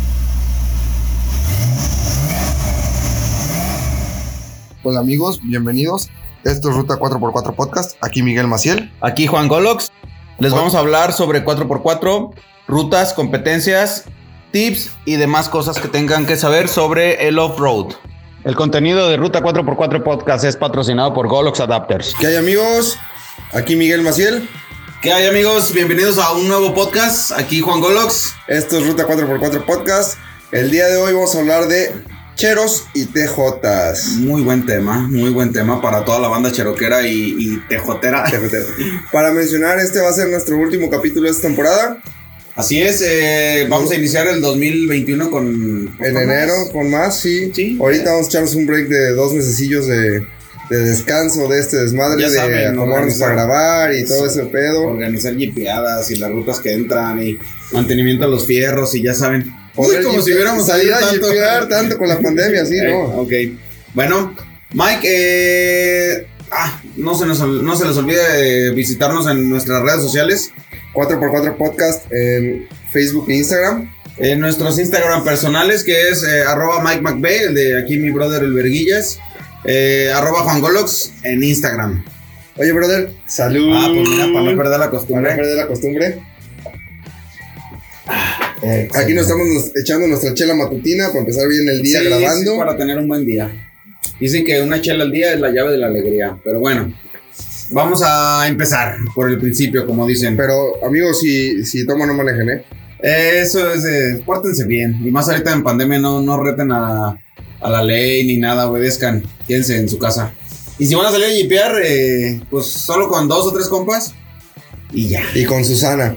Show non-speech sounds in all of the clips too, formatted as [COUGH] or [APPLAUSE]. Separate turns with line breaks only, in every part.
Hola Pues, amigos, bienvenidos. Esto es Ruta 4x4 Podcast. Aquí Miguel Maciel.
Aquí Juan Golox. Les
Hola.
vamos a hablar sobre 4x4, rutas, competencias, tips y demás cosas que tengan que saber sobre el off-road. El contenido de Ruta 4x4 Podcast es patrocinado por Golox Adapters.
¿Qué hay amigos? Aquí Miguel Maciel.
¿Qué hay amigos? Bienvenidos a un nuevo podcast. Aquí Juan Golox.
Esto es Ruta 4x4 Podcast. El día de hoy vamos a hablar de cheros y TJs.
Muy buen tema, muy buen tema para toda la banda cheroquera y, y tejotera.
Para mencionar, este va a ser nuestro último capítulo de esta temporada.
Así es, eh, vamos a iniciar el 2021 con... pues,
En enero, con más, sí.
Sí.
Ahorita vamos a echarnos un break de dos mesecillos de, de descanso de este desmadre,
Ya
de
saben,
acomodarnos
organizar.
para grabar y todo
Sí.
ese pedo.
organizar jipeadas y las rutas que entran y mantenimiento a los fierros y ya saben.
Poder
Uy, como
jipe-
si hubiéramos
salir
salido
a
tanto.
jipear tanto con la pandemia, sí,
Eh,
¿no?
ok. Bueno, Mike, eh, ah, no, se nos, ol- no se les olvide eh, visitarnos en nuestras redes sociales.
4x4 Podcast en Facebook e Instagram.
En nuestros Instagram personales, que es eh, arroba Mike McVeigh, el de aquí mi brother el Verguillas. eh, arroba Juan Golox en Instagram.
Oye, brother, salud.
Ah, pues mira, para no perder la
Para no
costumbre.
perder la costumbre.
Eh,
Aquí nos estamos nos- echando nuestra chela matutina para empezar bien el día
Sí,
grabando.
sí, para tener un buen día. Dicen que una chela al día es la llave de la alegría, pero bueno, vamos a empezar por el principio, como dicen.
Pero, amigos, si, si toman, no manejen, ¿eh?
Eso es, eh, pórtense bien. Y más ahorita en pandemia no, no reten a, a la ley ni nada, obedezcan, quédense en su casa. Y si van a salir a jipear, eh, pues solo con dos o tres compas y ya.
Y con Susana.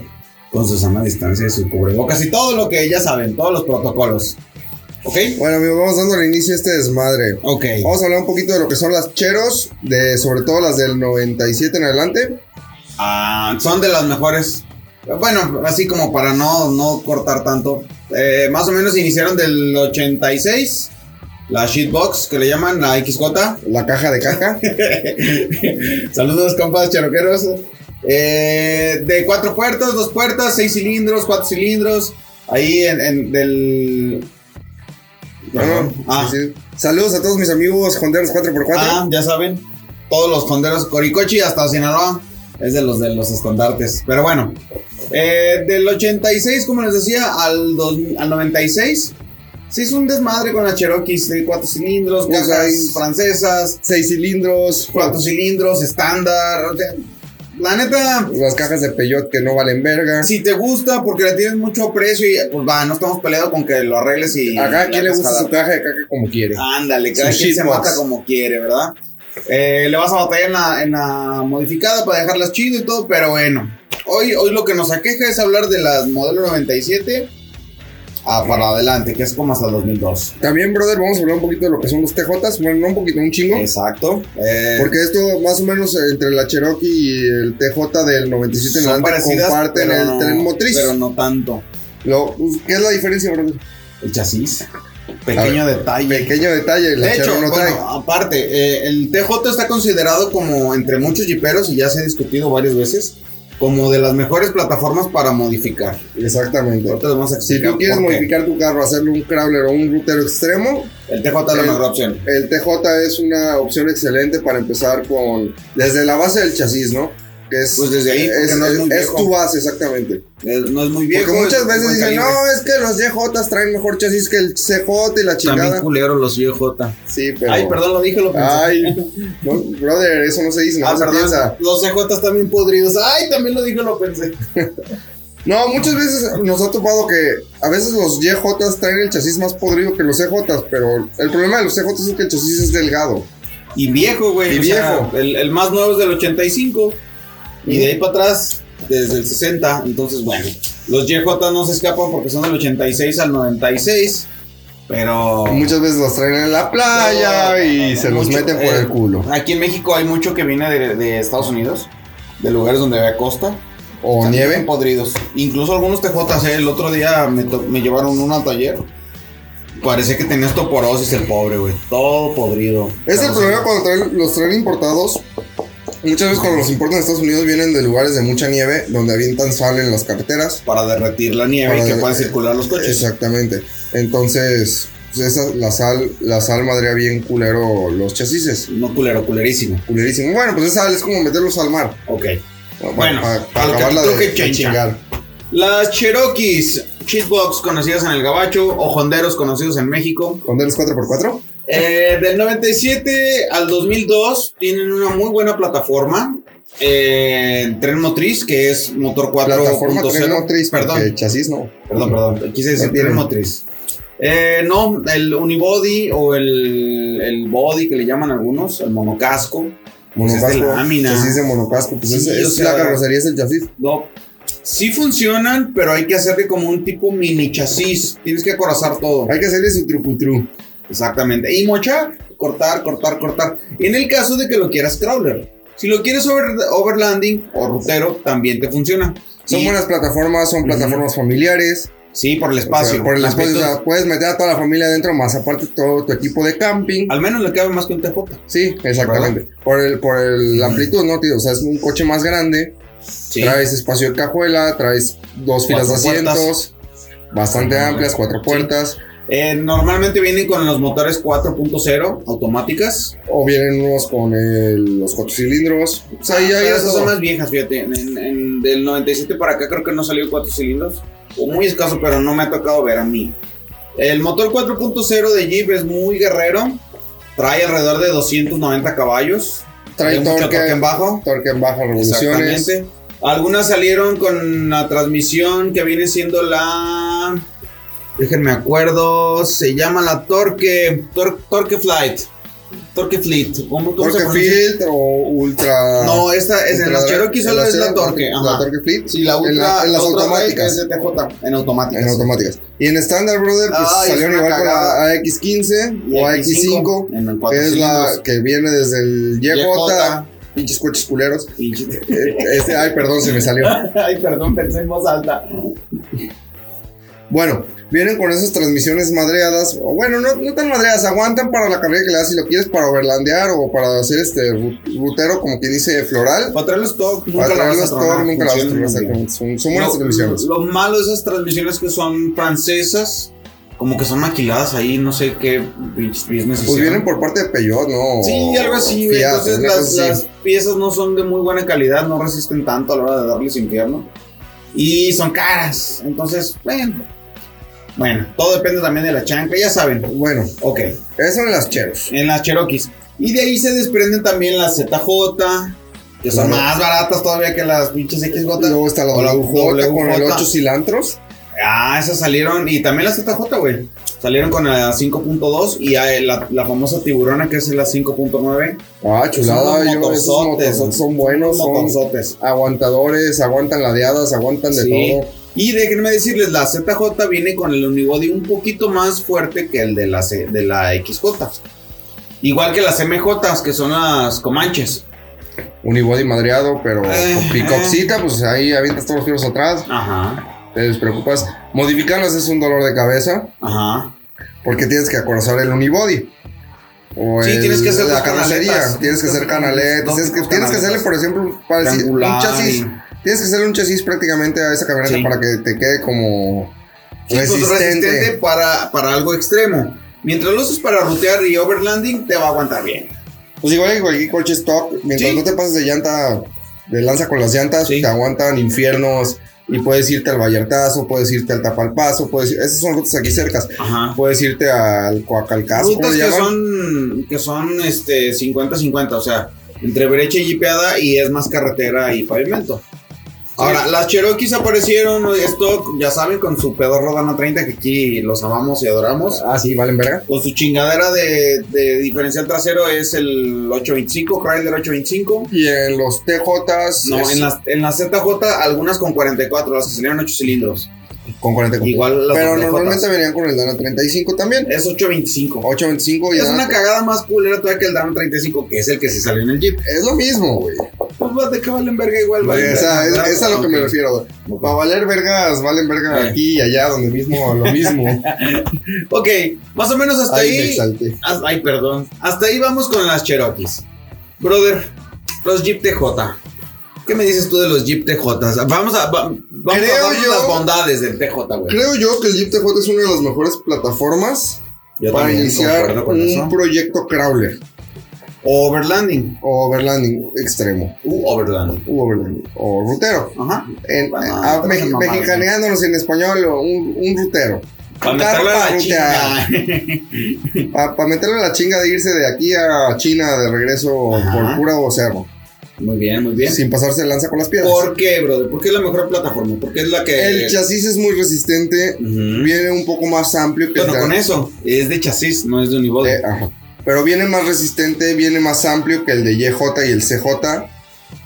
Con su sana distancia y su cubrebocas y todo lo que ya saben, todos los protocolos. ¿Ok?
Bueno, amigos, vamos dando el inicio a este desmadre.
Ok.
Vamos a hablar un poquito de lo que son las cheros, de sobre todo las del 97 en adelante.
Ah, son de las mejores. Bueno, así como para no, no cortar tanto. Eh, más o menos iniciaron del 86. La shitbox que le llaman la XJ.
La caja de
[LAUGHS]
caja.
Saludos, compas charoqueros. Eh, de cuatro puertas, dos puertas, seis cilindros, cuatro cilindros. Ahí en, en- del.
Bueno,
Ah,
sí, sí. Saludos a todos mis amigos jonderos 4x4.
ah, ya saben. Todos los conderos Coricochi hasta Sinaloa. Es de los de los estandartes. Pero bueno. eh, del 86, como les decía, al, dos- al 96. Se hizo un desmadre con las Cherokees de cuatro cilindros,
Pues
cajas
ahí-
francesas,
Seis cilindros,
cuatro cilindros, estándar. o sea, la neta,
las cajas de peyot que no valen verga.
si te gusta porque le tienes mucho precio y pues va, no estamos peleados con que lo arregles y...
Acá a
y
quien le
hagas
gusta
jalar.
su caja de caca como quiere.
Ándale,
Su
cada quien se
shitbox.
mata como quiere, ¿verdad? Eh, le vas a batallar en la, en la modificada para dejarlas chido y todo, pero bueno. Hoy, hoy lo que nos aqueja es hablar de las modelo 97 a Ah, para adelante, que es como hasta el 2002.
También, brother, vamos a hablar un poquito de lo que son los TJs. Bueno, no un poquito, un chingo.
Este. Exacto. Eh,
Porque esto, más o menos, entre la Cherokee y el TJ del 97 en
son
adelante,
parecidas,
comparten
pero
el
no-
tren motriz.
Pero no tanto.
Lo- pues, ¿Qué es la diferencia, brother?
El chasis. Pequeño detalle.
Pequeño detalle, la
De hecho,
Chero no
bueno,
trae.
aparte, eh, el TJ está considerado como, entre muchos jiperos, y ya se ha discutido varias veces, como de las mejores plataformas para modificar.
Exactamente.
Ahorita les vamos a
Si
explicar
tú quieres
por qué.
modificar tu carro, hacerle un crawler o un rutero extremo,
El TJ es la
el-
mejor opción.
El TJ es una opción excelente para empezar con. Desde la base del chasis, ¿no? Que es.
Pues desde ahí, porque
es,
no es
es-
muy
es
viejo.
tu base, exactamente.
Eh, No es muy viejo.
Porque muchas
es buen
veces dicen,
calibre.
no, es que los DJs traen mejor chasis que el CJ y la
También
chingada.
culero los IJ.
Sí, pero. ah,
Ay, perdón, lo dije, lo pensé.
Ay, no, brother, eso no se dice, no
Ah,
se
perdón,
piensa.
los CJ también podridos. Ay, también lo dije, lo pensé.
No, muchas veces nos ha topado que a veces los DJs traen el chasis más podrido que los CJs, pero el problema de los CJs es que el chasis es delgado.
Y viejo, güey.
Y
o sea,
viejo.
el, el más nuevo es del 85. Y de ahí para atrás, desde el 60. Entonces, bueno, los YJ no se escapan porque son del 86 al 96. Pero.
Muchas veces los traen en la playa
No,
y
no,
se
no,
los
mucho,
meten por
eh,
el culo.
Aquí en México hay mucho que viene de, de Estados Unidos, de lugares donde había costa.
O
También
nieve.
son Podridos. Incluso algunos TJs. eh, El otro día me, to- me llevaron uno al taller. Parecía que tenía osteoporosis el pobre, güey. Todo podrido.
Es el
Pero sí.
problema cuando traen- los traen importados. Muchas veces cuando los importan de Estados Unidos vienen de lugares de mucha nieve, donde avientan sal en las carreteras.
Para derretir la nieve
Para
y que
derre-
puedan circular los coches.
Exactamente. Entonces, pues, esa, la sal, la sal madrea bien culero los chasis.
No culero, culerísimo.
Culerísimo. Bueno, pues esa sal es como meterlos al mar.
Ok.
Bueno,
Bueno,
para,
al que
acabarla
creo
de,
que
de
chencha.
chingar.
Las Cherokees, cheesebox conocidas en el Gabacho, o honderos conocidos en México.
¿Dónde los 4x4?
Eh, del 97 al 2002 tienen una muy buena plataforma. eh, tren motriz, que es motor
Plataforma 3
4.0.
motriz,
Perdón,
porque chasis no.
perdón, perdón. Quise decir
No
tren
tiene.
motriz. Eh, no, el unibody o el, el body que le llaman algunos, el monocasco. Pues es de
Monocasco.
lámina.
Chasis de monocasco. Pues
Sí,
es, es
o sea-
la carrocería es el chasis.
No. Sí funcionan, pero hay que hacerle como un tipo mini chasis. Tienes que acorazar todo.
Hay que hacerle su trucutru.
Exactamente. Y mochar, cortar, cortar, cortar. En el caso de que lo quieras crawler. Si lo quieres over- overlanding o rutero, también te funciona.
Son
Y-
buenas plataformas, son
Ujú.
plataformas familiares.
Sí, por el
O sea,
espacio.
por el
Las
espacio, o
metes-
sea, puedes meter a toda la familia adentro, más aparte todo tu equipo de camping.
Al menos le cabe más que un TJ.
Sí, exactamente. Por el, por el la amplitud, ¿no, tío? O sea, es un coche más grande,
Sí.
traes espacio de cajuela, traes dos filas de
Cuatro
asientos, bastante
Ajá.
amplias, cuatro
Sí.
puertas,
Eh, normalmente vienen con los motores 4.0 automáticas.
o vienen unos con el- los cuatro cilindros. O sea, ahí
Ah,
hay
pero esas
todo.
son más viejas, fíjate. En, en- del 97 para acá creo que no salió cuatro cilindros. O muy escaso, pero no me ha tocado ver a mí. El motor 4.0 de Jeep es muy guerrero. Trae alrededor de 290 caballos.
Trae
Tiene mucho
torque,
torque en bajo.
torque en baja revoluciones.
Exactamente. Algunas salieron con la transmisión que viene siendo la... Déjenme acuerdo. Se llama la Torque... Tor- torque Flight. Torque Fleet. ¿Cómo, cómo se
Torque
pronuncia?
Field o Ultra.
No, esta Ah, es en
ultra-
las Cherokee
en
solo
las
es la
Cherokee-
Torque.
La
ajá.
Torque Field.
Sí, la
En
otra,
la- en las
otra
automáticas.
es de TJ, en automáticas.
En automáticas. Y en estándar, brother, pues
Ay,
salieron
es una
igual con
cagada.
la AX15
Y
o
aquí
AX5.
en el
que
cuatro
es la
cilindros.
que viene desde el
YJ.
YJ, pinches coches culeros.
Pinche-
Eh, Este, ay, perdón, se me salió.
[LAUGHS] Ay, perdón, pensé en voz alta.
Bueno, vienen con esas transmisiones madreadas, o bueno, no, no tan madreadas, aguantan para la carrera que le das si lo quieres para overlandear o para hacer este ru- rutero, como que dice floral.
Para traerlos todo, nunca
Para
la vas
traerlos
a
todo,
tronar,
nunca las
funciona muy bien.
exactamente. Son, son buenas
Lo-
transmisiones.
Lo malo de esas transmisiones que son francesas, como que son maquiladas ahí, no sé qué pinches business
Pues
hicieron.
vienen por parte de Peugeot, ¿no?
Sí, algo así, güey.
Fiat,
Entonces
Oh, una
las,
cosa así.
las piezas no son de muy buena calidad, no resisten tanto a la hora de darles infierno. Y son caras. Entonces, bueno. Bueno, todo depende también de la chancla, ya saben.
Bueno,
Ok,
esas son las cheros.
en las Cherokees. Y de ahí se desprenden también las ZJ, que son
Claro.
más baratas todavía que las pinches XJ.
Luego está la
O la
WJ con el
WJ.
8 cilantros.
Ah, esas salieron. Y también las ZJ, güey. Salieron con la 5.2 y eh, la, la famosa tiburona que es la 5.9.
Ah, chulada,
Son
yo, esos
motorzotes,
motorzotes
son
son buenos, son
motorzotes.
aguantadores, aguantan ladeadas, aguantan de
Sí.
todo.
Y déjenme decirles, la ZJ viene con el unibody un poquito más fuerte que el de la, C- de la XJ. Igual que las MJ, que son las Comanches.
Unibody madreado, pero
Eh,
con pick-upcita, pues ahí avientas todos los tiros atrás,
Ajá,
te despreocupas. Modificarlas es un dolor de cabeza
ajá.
porque tienes que acorazar el unibody. O
Sí, tienes que hacer
la
las
carrocería,
canaletas.
tienes que hacer canaletas,
Dos
tienes que,
tipos
tienes que hacerle,
canaletas.
por ejemplo, para decir, un
Triangular
chasis,
y-
tienes que hacerle un chasis prácticamente a esa camioneta
Sí.
para que te quede como
Sí, pues, resistente
resistente.
para, para algo extremo. Mientras lo uses para rutear y overlanding, te va a aguantar bien.
Pues igual que cualquier coche stock, mientras
Sí.
no te pases de llanta, de lanza con las llantas,
Sí.
te aguantan infiernos y puedes irte al Vallartazo, puedes irte al Tapalpaso, puedes ir, esas son rutas aquí cercas,
Ajá.
puedes irte al Coacalcaso, ¿cómo
Rutas
le
que
llaman?
son, que son este 50-50, o sea, entre brecha y jipeada y es más carretera y pavimento. Ahora, las Cherokees aparecieron, stock, ya saben, con su pedorro Dana 30, que aquí los amamos y adoramos.
Ah, sí, valen verga.
Con su chingadera de, de diferencial trasero es el 825, Chrysler 825.
Y en los TJs
No,
es
en las, en las ZJ algunas con 44, las que salieron 8 cilindros.
con 44.
Igual las
Pero
ZJ.
normalmente venían con el Dana 35 también,
es 825.
825 y
Es
Dana-
una cagada más culera todavía que el Dana 35, que es el que se salió en el Jeep.
es lo mismo, güey.
Pues va, de que valen verga igual, güey.
O sea, es, es a lo que me
Ok.
refiero. güey. Para
Ok.
valer vergas, valen verga
Eh.
aquí y allá, donde mismo,
[LAUGHS]
lo mismo.
Ok, más o menos hasta
Ay,
ahí.
me exalté.
Haz- Ay, perdón. Hasta ahí vamos con las Cherokees. Brother, los Jeep TJ. ¿Qué me dices tú de los Jeep TJ? Vamos a, va- vamos
Creo
a darnos
yo-
las bondades del TJ, güey.
Creo yo que el Jeep TJ es una de las mejores plataformas
Yo
para
también
iniciar
concuerdo con eso.
un proyecto crawler
Overlanding.
o overlanding extremo
Uh, overlanding.
u overlanding o rutero.
Ajá.
En,
Bueno,
a-
Ah, no te
me-
pases mamadas,
mexicaneándonos en español, un, un rutero.
Para
Un carro
meterle a
para
la
rutear.
chinga.
Para meterle la chinga de irse de aquí a China de regreso
Ajá.
por pura o cerro.
Muy bien, muy bien.
Sin pasarse lanza con las piedras.
¿Por qué, brother? Porque es la mejor plataforma. Porque es la que.
El chasis es muy resistente,
Ujú.
viene un poco más amplio que el
Bueno,
de-
con eso. Es de chasis, no es de unibody.
Eh, ajá. Pero viene más resistente, viene más amplio que el de YJ y el CJ.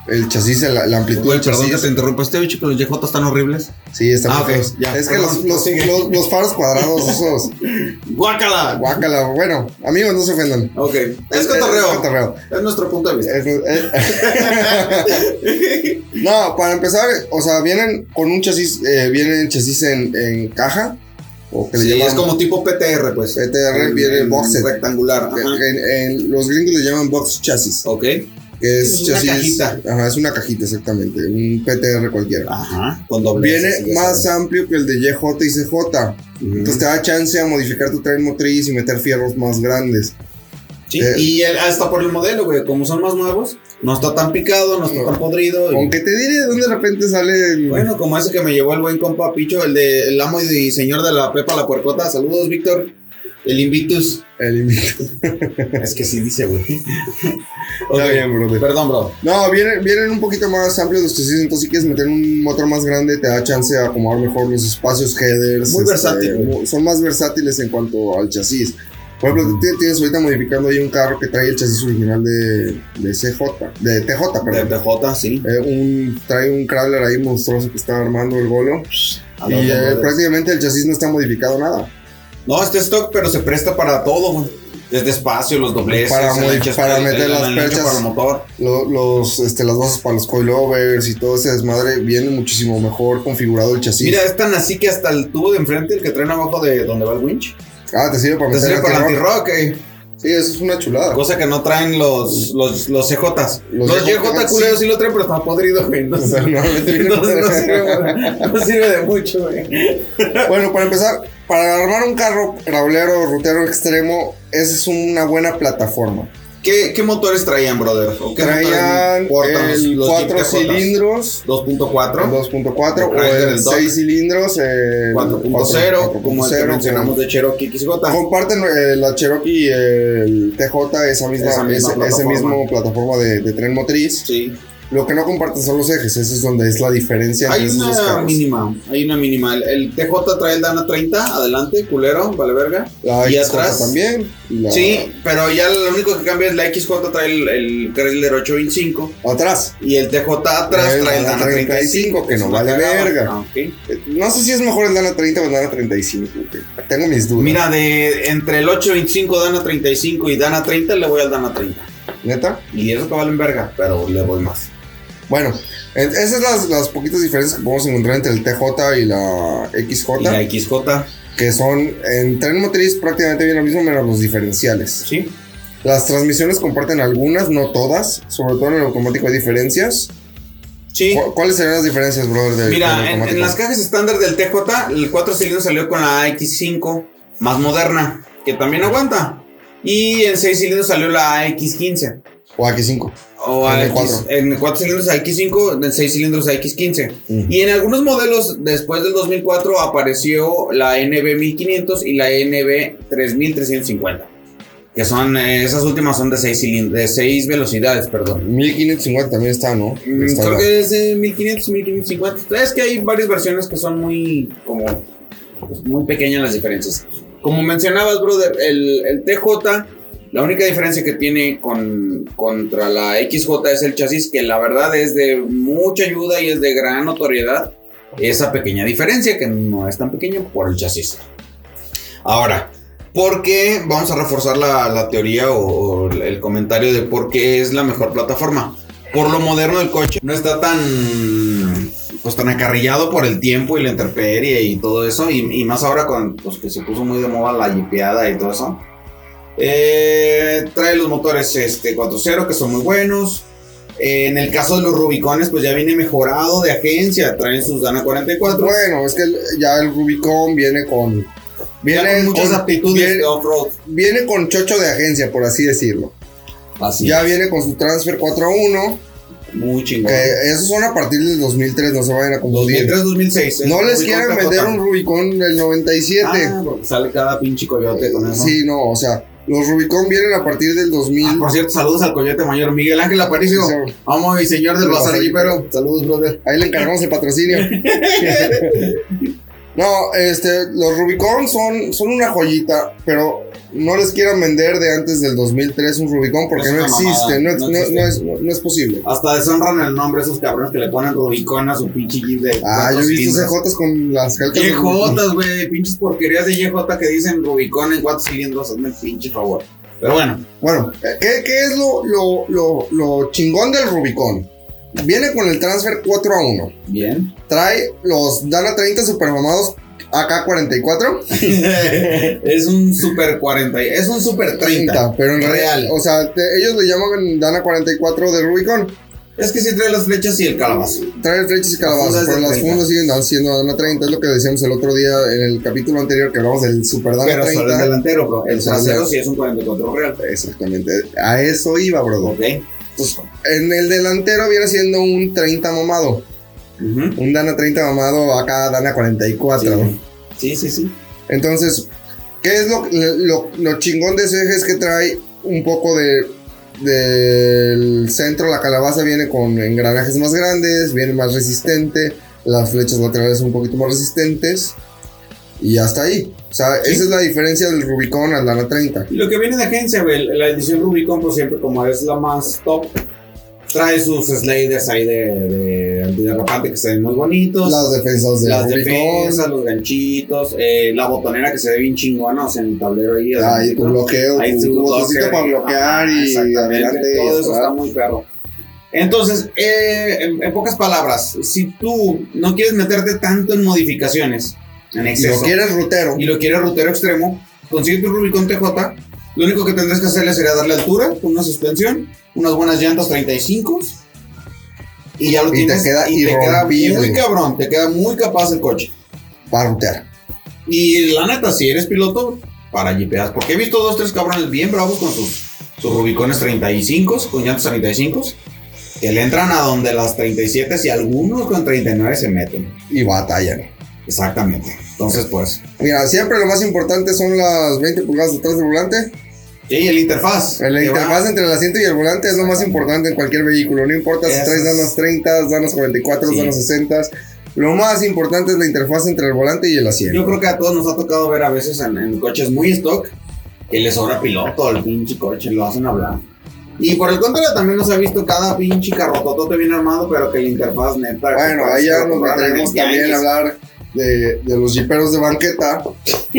El chasis, la, la amplitud
Güey,
del
perdón
chasis.
que te interrumpa. Este bicho que los YJ están horribles.
Sí, está
Ah,
muy
ok,
feos.
ya,
Es que
perdón,
los, los-
sigue.
los- los faros
[LAUGHS]
cuadrados, esos.
¡Guácala!
Guácala. Bueno, amigos, no se ofendan.
Ok. Es cotorreo.
cotorreo.
Es nuestro punto de vista.
Es-
Eh,
es- [LAUGHS] no, para empezar, o sea, vienen con un chasis, eh, vienen chasis en, en caja. O que le
Sí,
llaman
es como tipo PTR, pues.
PTR,
El-
viene
el
box set.
Rectangular. Ajá.
En- en- los gringos le llaman box chasis.
Ok.
Que es,
Es una
chasis-
cajita. Ah,
Ajá, es una cajita, exactamente. Un PTR cualquiera.
Ajá. Con doble. S, sí,
Viene
ya
más
sabes.
amplio que el de YJ y CJ.
Ujú.
Entonces te da chance a modificar tu tren motriz y meter fierros más grandes.
Sí,
Eh,
y el- hasta por el modelo, güey, como son más nuevos, no está tan picado, no está
No.
tan podrido. y-
Aunque te diré de dónde de repente sale.
bueno, como ese que me llevó el buen compa Picho, el de el amo y señor de la Pepa la Puercota. Saludos, Víctor. El Invictus.
El invito.
[LAUGHS] es que sí dice, güey. Ok,
Está bien, brother.
Perdón, bro.
No, vienen, vienen un poquito más amplios los chasis. Entonces, si quieres meter un motor más grande, te da chance a acomodar mejor los espacios, headers. este,
Muy versátil, güey.
mu- Son más versátiles en cuanto al chasis. Por ejemplo,
Ujú.
tú tienes- tienes ahorita modificando ahí un carro que trae el chasis original de, de CJ, de TJ,
De
perdón.
TJ, sí.
Eh, un, trae un crawler ahí monstruoso que está armando el golo.
A
Y
los
eh,
nombres.
prácticamente el chasis no está modificado nada.
No, este stock, pero se presta para todo, güey. Desde espacio, los dobleces,
Para
el
modi-
ancho
para
el-
meter
el
las
ancho
perchas.
Para el motor.
Lo- los, este, las bases para los coilovers y todo ese desmadre viene muchísimo mejor configurado el chasis.
Mira, es tan así que hasta el tubo de enfrente, el que traen abajo de donde va el winch,
ah, te sirve para
te
meter
sirve para el
antirrock.
anti-rock, eh.
Sí, eso es una chulada.
Cosa que no traen los, los, los CJs. Los,
Los
CJ
CJ,
culeros sí. lo traen, pero está podrido, güey.
[LAUGHS] O
Entonces,
sea, no, no tiene
entonces no,
nada.
sirve, para- no sirve de mucho, güey.
Bueno, para empezar, para armar un carro gravelero, rutero extremo, esa es una buena plataforma.
¿Qué, qué motores traían, brother? ¿O qué
Traían
motores
el
los
4
TJs?
cilindros, el
2.4,
2.4,
El
o
Chrysler, el
el
Dodge.
6 cilindros, el
4.0, como el que
4.0,
mencionamos de Cherokee XJ.
Comparten eh, la Cherokee y el TJ, esa misma,
Esa misma
ese, ese
plataforma.
mismo plataforma de, de tren motriz.
Sí.
Lo que no comparten son los ejes, eso es donde es la diferencia entre
Hay
esos dos
una
carros.
mínima, hay una mínima. El, el TJ trae el Dana 30, adelante, culero, vale verga.
La
y
XJ
atrás.
también. y la-
Sí, pero ya lo único que cambia es la XJ trae el, el Chrysler 825
Atrás.
y el TJ atrás
El
trae el
Dana
Dana 35,
35, que
es
no
una
vale
cagada.
verga.
Ah, ok.
No sé si es mejor el Dana 30 o el Dana 35. güey. Tengo mis dudas.
Mira, de entre el 825, Dana 35 y Dana 30, le voy al Dana 30.
¿Neta?
Y eso que valen verga, pero le voy más.
Bueno, en- esas son las, las poquitas diferencias que podemos encontrar entre el TJ y la XJ.
Y la XJ,
Que son en tren motriz prácticamente bien lo mismo, menos los diferenciales.
sí.
Las transmisiones comparten algunas, no todas. Sobre todo en el automático hay diferencias.
Sí.
¿Cu- ¿Cuáles serían las diferencias, brother? del- del
Mira, en, en
automático?
las cajas estándar del TJ, el 4 cilindros salió con la X5 más moderna, que también aguanta. Y en 6 cilindros salió la X15.
O X5.
O
En el
AX
cuatro.
en 4 cilindros X5, en 6 cilindros X15.
Ujú.
Y en algunos modelos, después del 2004, apareció la NB1500 y la NB3350. Que son, eh, esas últimas son de 6 de 6 velocidades, perdón.
1550 también está, ¿no?
Mm,
Está
Creo
la-
que es de 1500, 1550. Es que hay varias versiones que son muy, como, pues, muy pequeñas las diferencias. Como mencionabas, brother, el, el TJ, la única diferencia que tiene con, contra la XJ es el chasis, que la verdad es de mucha ayuda y es de gran notoriedad. Esa pequeña diferencia, que no es tan pequeña por el chasis. Ahora, ¿por qué vamos a reforzar la, la teoría o, o el comentario de por qué es la mejor plataforma? por lo moderno del coche, no está tan pues tan acarrillado por el tiempo y la intemperie y todo eso, y, y más ahora con pues que se puso muy de moda la jipeada y todo eso. Eh, trae los motores este 4.0 que son muy buenos. Eh, en el caso de los Rubicones, pues ya viene mejorado de agencia, traen sus Dana 44.
Bueno, es que el- ya el Rubicon viene con
Ya
Viene
con muchas
con-
aptitudes
viene-
de off-road.
viene con chocho de agencia, por así decirlo.
Así.
Ya viene con su transfer 4 a 1.
Muy chingón.
Que esos son a partir del 2003, no se vayan a confundir.
2003, 2006.
No les
quiero
quieran vender un Rubicon del 97.
Ah, porque sale cada pinche coyote con eso.
Eh, sí, no, o sea, los Rubicon vienen a partir del 2000.
Ah, por cierto, saludos al coyote mayor Miguel Ángel Aparicio.
Sí, señor.
Amo y señor del
Del
bazar
Bazar
pero Saludos, brother.
Ahí le encargamos el
[LAUGHS]
patrocinio. no, este, los Rubicon son, son una joyita, pero no les quieran vender de antes del 2003 un Rubicon porque
Es
no
una mamada,
existe, no, ex-
no
no-
existe.
no es, no- no es posible.
Hasta deshonran el nombre esos cabrones que le ponen Rubicón a su pinche jeep de.
Ah, yo he visto CJs con las calcas. de Rubicon.
YJ, güey. Pinches porquerías de YJ que dicen Rubicón en cuatro cilindros. Hazme el pinche favor. Pero bueno,
Bueno, ¿qué, qué es lo, lo, lo- lo chingón del Rubicon? Viene con el transfer 4 a 1. [LAUGHS]
bien.
Trae los Dana 30 supermamados AK-44.
es un super 40. Es un super 30.
pero en real.
Real.
O sea, te- ellos le llaman Dana 44 de Rubicon.
Es que sí trae las flechas y el calabazo.
Trae flechas y
Las fundas
calabazas, pero
de
las
30.
fundas siguen siendo Dana 30. Es lo que decíamos el otro día en el capítulo anterior que hablamos del Super Dana
Pero solo el
30.
delantero, bro. El
El trasero.
trasero sí es un 44 real.
Exactamente, a eso iba, bro.
Ok.
En el delantero viene siendo un 30 mamado.
Ujú.
Un Dana 30 mamado, acá Dana 44.
Sí, sí, sí.
Entonces, ¿qué es lo, lo, lo chingón de ese eje? Es que trae un poco de del centro, la calabaza viene con engranajes más grandes, viene más resistente, las flechas laterales son un poquito más resistentes y hasta ahí. O sea,
Sí.
esa es la diferencia del Rubicon al Dana 30.
Y lo que viene de agencia, güey, la edición Rubicon, pues siempre como es la más top, trae sus sliders ahí de, de antiderrapante que se ven muy bonitos.
Las defensas del
las defensas,
Rubicon,
los ganchitos, eh, la botonera que se ve bien chingona, o sea, en el tablero ahí.
ahí tu
¿no?
bloqueo,
Ahí
tu,
tu
tu botoncito
bloqueo,
para
ahí.
bloquear
Ah,
y
exactamente,
adelante y
Todo eso
atrás.
está muy perro. Entonces, eh, en, en pocas palabras, si tú no quieres meterte tanto en modificaciones,
Si
en
lo
exceso,
quieres rutero,
y lo quieres rutero extremo, consigue tu Rubicon TJ. Lo único que tendrás que hacerle sería darle altura, con una suspensión, unas buenas llantas 35 y ya lo
Y te
tienes.
queda
y te queda
irrompible.
muy cabrón, te queda muy capaz el coche.
para rutear.
Y la neta, si eres piloto, para jipeas. Porque he visto dos, tres cabrones bien bravos con sus, sus Rubicones 35, con llantas 35, que le entran a donde las 37 y algunos con 39 se meten.
Y batallan.
Exactamente. Entonces, pues.
Mira, siempre lo más importante son las 20 pulgadas detrás del volante.
Y el interfaz.
La
que va-
interfaz entre el asiento y el volante es lo más importante en cualquier vehículo. No importa si
Eso
traes
es.
danos 30, danos 44,
Sí.
danos 60. Lo más importante es la interfaz entre el volante y el asiento.
Yo creo que a todos nos ha tocado ver a veces en, en coches muy stock que les sobra piloto al pinche coche, lo hacen hablar. Y por el contrario, también nos ha visto cada pinche carrototote bien armado, pero que la interfaz neta.
bueno,
que
ahí ya
parece que lo
nos
compraron en
meteremos
el
también a
tianguis.
hablar de, de los jiperos de
[LAUGHS]
banqueta.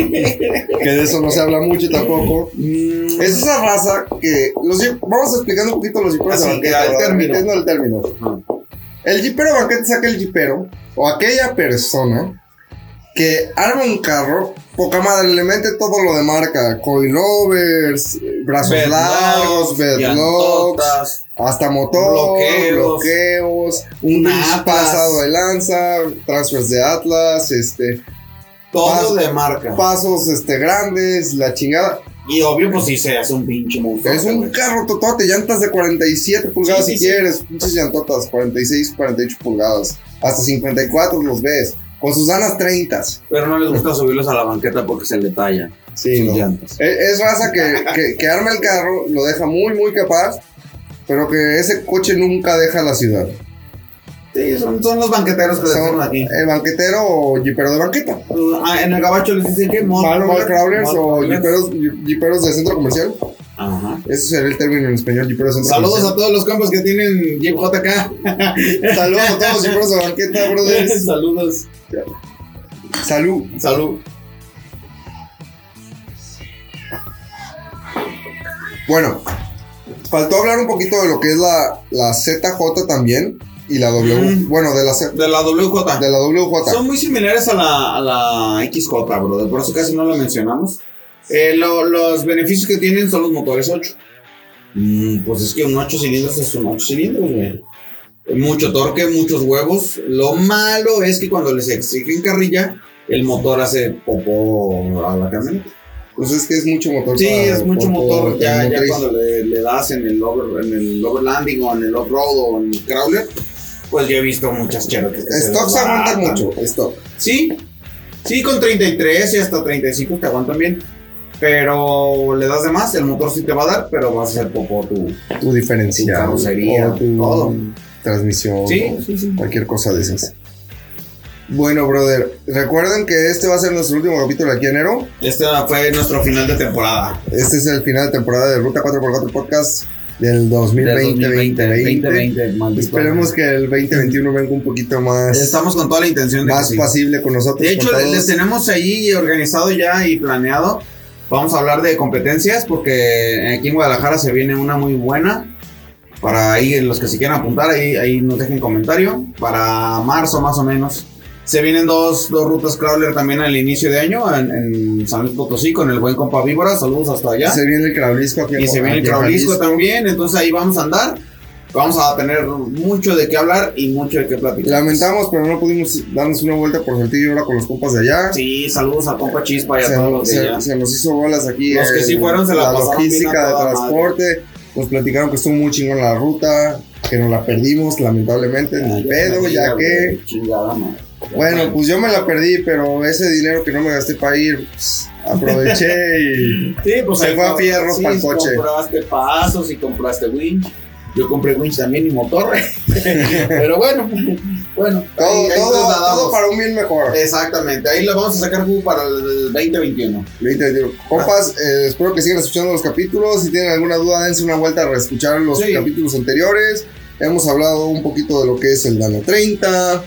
que de eso no se habla mucho tampoco.
Mm,
Es esa raza que. Los, jip- vamos explicando un poquito los jiperos
Así,
de banqueta.
el
¿verdad?
término.
Metiendo el término.
Ajá.
El jipero banquete saca el jipero o aquella persona que arma un carro, poca madre, le mete todo lo de marca, coilovers, eh, brazos
Bed
largos,
locks,
bedlocks,
llantotas,
hasta motor,
bloqueos,
bloqueos, un
unas
pinche
atlas.
pasado de lanza, transfers de atlas, este,
todo
pas-
de marca.
pasos este, grandes, la chingada.
Y obvio, pues sí se hace un pinche monstruo.
Es un carro totote, llantas de 47 pulgadas
Sí,
si
sí, sí.
quieres, muchas llantotas, 46, 48 pulgadas, hasta 54 los ves, con sus danas 30.
Pero no les gusta subirlos a la banqueta porque se le tallan
Sí,
sus
no.
llantas.
Es, es raza que, que- que arma el carro, lo deja muy, muy capaz, pero que ese coche nunca deja la ciudad.
Sí, son, son los banqueteros que
Son-
decimos aquí.
El banquetero o jipero de banqueta.
Ah, en el gabacho les dicen que mall
Mall mall crawlers o
crawlers.
jiperos, ji- jiperos de centro comercial.
Ajá.
Ese sería el término en español, jiperos de centro
Saludos a
comercial.
todos los campos que tienen
[LAUGHS]
Jeep JK.
Saludos a todos los jiperos de banqueta, brothers.
Saludos.
Salud.
Salud.
Bueno, faltó hablar un poquito de lo que es la, la ZJ también y la W.
Mm.
Bueno, de la, Z-
De la WJ.
de la WJ.
Son muy similares a la, a la XJ, brother. Por eso casi no la mencionamos. Eh, lo- los beneficios que tienen son los motores 8. Mm, pues es que un 8 cilindros es un 8 cilindros, güey. Mucho torque, muchos huevos. Lo malo es que cuando les exigen carrilla, el motor hace popó a la camioneta.
Pues es que es mucho motor.
Sí,
para-
es mucho
por-
motor.
por-
ya
por
ya
motriz.
cuando le, le das en el, over- en el overlanding o en el off-road o en el crawler, pues yo he visto muchas cherotes. que se
Stock se
desbaratan.
aguanta mucho. Stock.
Sí, sí, con 33 y hasta 35 te aguantan bien. Pero le das de más, el motor sí te va a dar, pero vas a hacer popó tu,
Tu
tu
diferencia.
carrocería,
o tu
todo.
transmisión.
Sí,
o
sí, sí.
Cualquier cosa de esas. Bueno, brother, recuerden que este va a ser nuestro último capítulo aquí en enero.
Este fue nuestro final de temporada.
Este es el final de temporada de Ruta 4x4 Podcast del 2020. 2020.
2020, maldito.
Esperemos que el 2021 venga un poquito más,
Estamos con toda la intención de que
más
sí.
pasible con nosotros.
De
con
hecho,
todos.
les tenemos ahí organizado ya y planeado. Vamos a hablar de competencias porque aquí en Guadalajara se viene una muy buena. Para ahí los que se quieran apuntar, ahí, ahí nos dejen comentario. Para marzo más o menos. Se vienen dos, dos rutas crawler también al inicio de año en, en San Luis Potosí con el buen compa Víbora. Saludos hasta allá.
se viene el Crablisco aquí
Y se viene el
aquí en
Craulisco
Jalisco.
también. Entonces ahí vamos a andar. Vamos a tener mucho de qué hablar y mucho de qué platicar.
Lamentamos, pero no pudimos darnos una vuelta por Saltillo ahora con los compas de allá.
Sí, saludos a compa Chispa y a
se,
todos los de
se-
allá.
se nos hizo bolas aquí.
Los que sí fueron se la pasaron bien a
logística de
toda madre.
transporte. Nos platicaron que estuvo muy chingón la ruta, que nos la perdimos, lamentablemente, Este, ni pedo, ya que.
Chingada, madre.
Bueno, pues yo me la perdí, pero ese dinero que no me gasté para ir, pues, aproveché y.
Sí, pues
se
[LAUGHS] ahí
fue a
com-
fierros
sí,
pa'l coche.
Compraste pasos y compraste winch. Yo compré winch también y motor. [LAUGHS] Pero bueno, bueno.
Todo,
ahí- ahí
todo,
nos la
todo
damos.
para un bien mejor.
Exactamente, ahí lo vamos a sacar jugo para el 2021.
Ahorita les digo, Compas,
Ah.
eh, espero que sigan escuchando los capítulos. Si tienen alguna duda, dense una vuelta a reescuchar los
Sí.
capítulos anteriores. Hemos hablado un poquito de lo que es el Dano 30,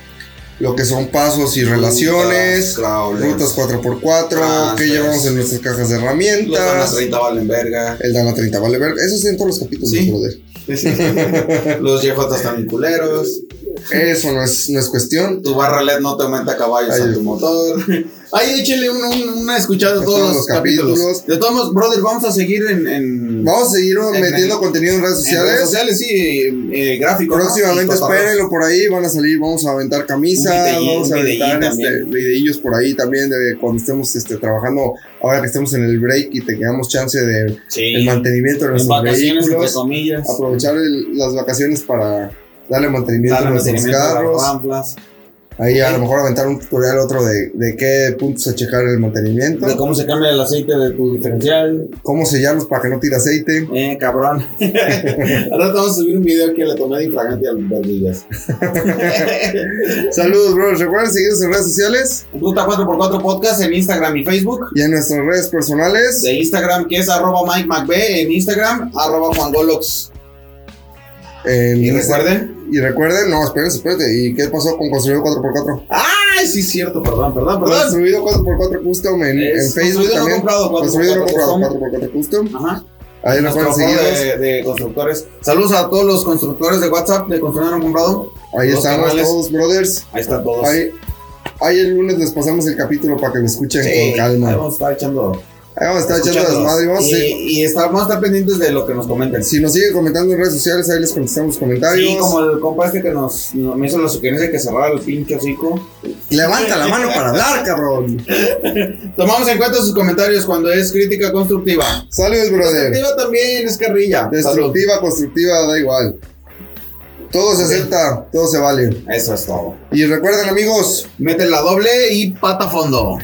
lo que son pasos y relaciones, rutas 4x4,
Ah,
que
sí.
llevamos en nuestras cajas de
Los de las
herramientas.
30 valen verga.
El Dano 30, vale ver. Eso es en todos los capítulos,
Sí.
brother.
Los YJ están culeros.
Eso no es, no es cuestión.
Tu barra LED no te aumenta caballos
Ahí.
a tu motor. Ahí échele un- un- una escuchada a todos los capítulos.
capítulos.
De todos modos, brother, vamos a seguir en, en,
Vamos a seguir
En
metiendo
el-
contenido en redes
en redes
sociales.
sociales, sí, eh, eh, gráficos. ¿no?
Próximamente
Y cotorreos.
espérenlo por ahí, van a salir, vamos a aventar
Un
camisas,
videín,
vamos a
un videín
aventar
también.
este, videillos por ahí también de cuando estemos este, trabajando, ahora que estemos en el break y tengamos chance de
Sí.
el mantenimiento de
En
nuestros
vacaciones, entre
vehículos,
comillas.
aprovechar el- las vacaciones para darle mantenimiento
Darle
a nuestros
mantenimiento a las
carros,
ramplas,
ahí a lo mejor aventar un tutorial otro de, de qué puntos a checar el mantenimiento,
De cómo se cambia el aceite de tu diferencial.
cómo sellarlos para que no tire aceite.
Eh,
[LAUGHS]
cabrón. Ahora te vamos a subir un video que le tomé de infragante al Berlillas.
Saludos, bros, recuerden seguirnos en redes sociales
Ruta 4x4 Podcast en Instagram y Facebook.
y en nuestras redes personales.
de Instagram, que es arroba Mike McBee, en Instagram, arroba Juan Golox.
en
Y
Instagram.
recuerden.
Y recuerden, no, espérense, espérate. ¿Y qué pasó con Construido 4x4?
ay, sí, cierto, perdón, perdón, perdón.
Construido 4x4 Custom en,
Es
en Facebook
construido, no
también.
comprado, 4x4
construido no comprado
Custom.
4x4 Custom.
Ajá.
Ahí nos
Nuestro
pueden
foro
seguirnos.
de, de constructores. Saludos a todos los constructores de WhatsApp de Constructor No Comprado.
Ahí
los
estamos
canales.
todos, brothers.
Ahí están todos.
Ahí, ahí el lunes les pasamos el capítulo para que lo escuchen
Sí,
con calma.
ahí vamos a estar echando.
Ahí vamos a estar echando
escuchándolos.
desmadre. Vamos a
y,
seguir-
y está- vamos a estar pendientes de lo que nos comenten.
Si nos siguen comentando en redes sociales, ahí les contestamos los comentarios.
Sí, como el compa este que nos, nos- me hizo la sugerencia de que cerrara el pinche hocico.
Levanta la mano para hablar, cabrón.
Tomamos en cuenta sus comentarios cuando es crítica constructiva.
Saludos, brother.
Destructiva Pues también es carrilla. Salud.
Destructiva, constructiva, da igual. Todo se
Ok.
acepta, todo se vale.
Eso es todo.
Y recuerden, amigos,
Mete la doble y pata a fondo.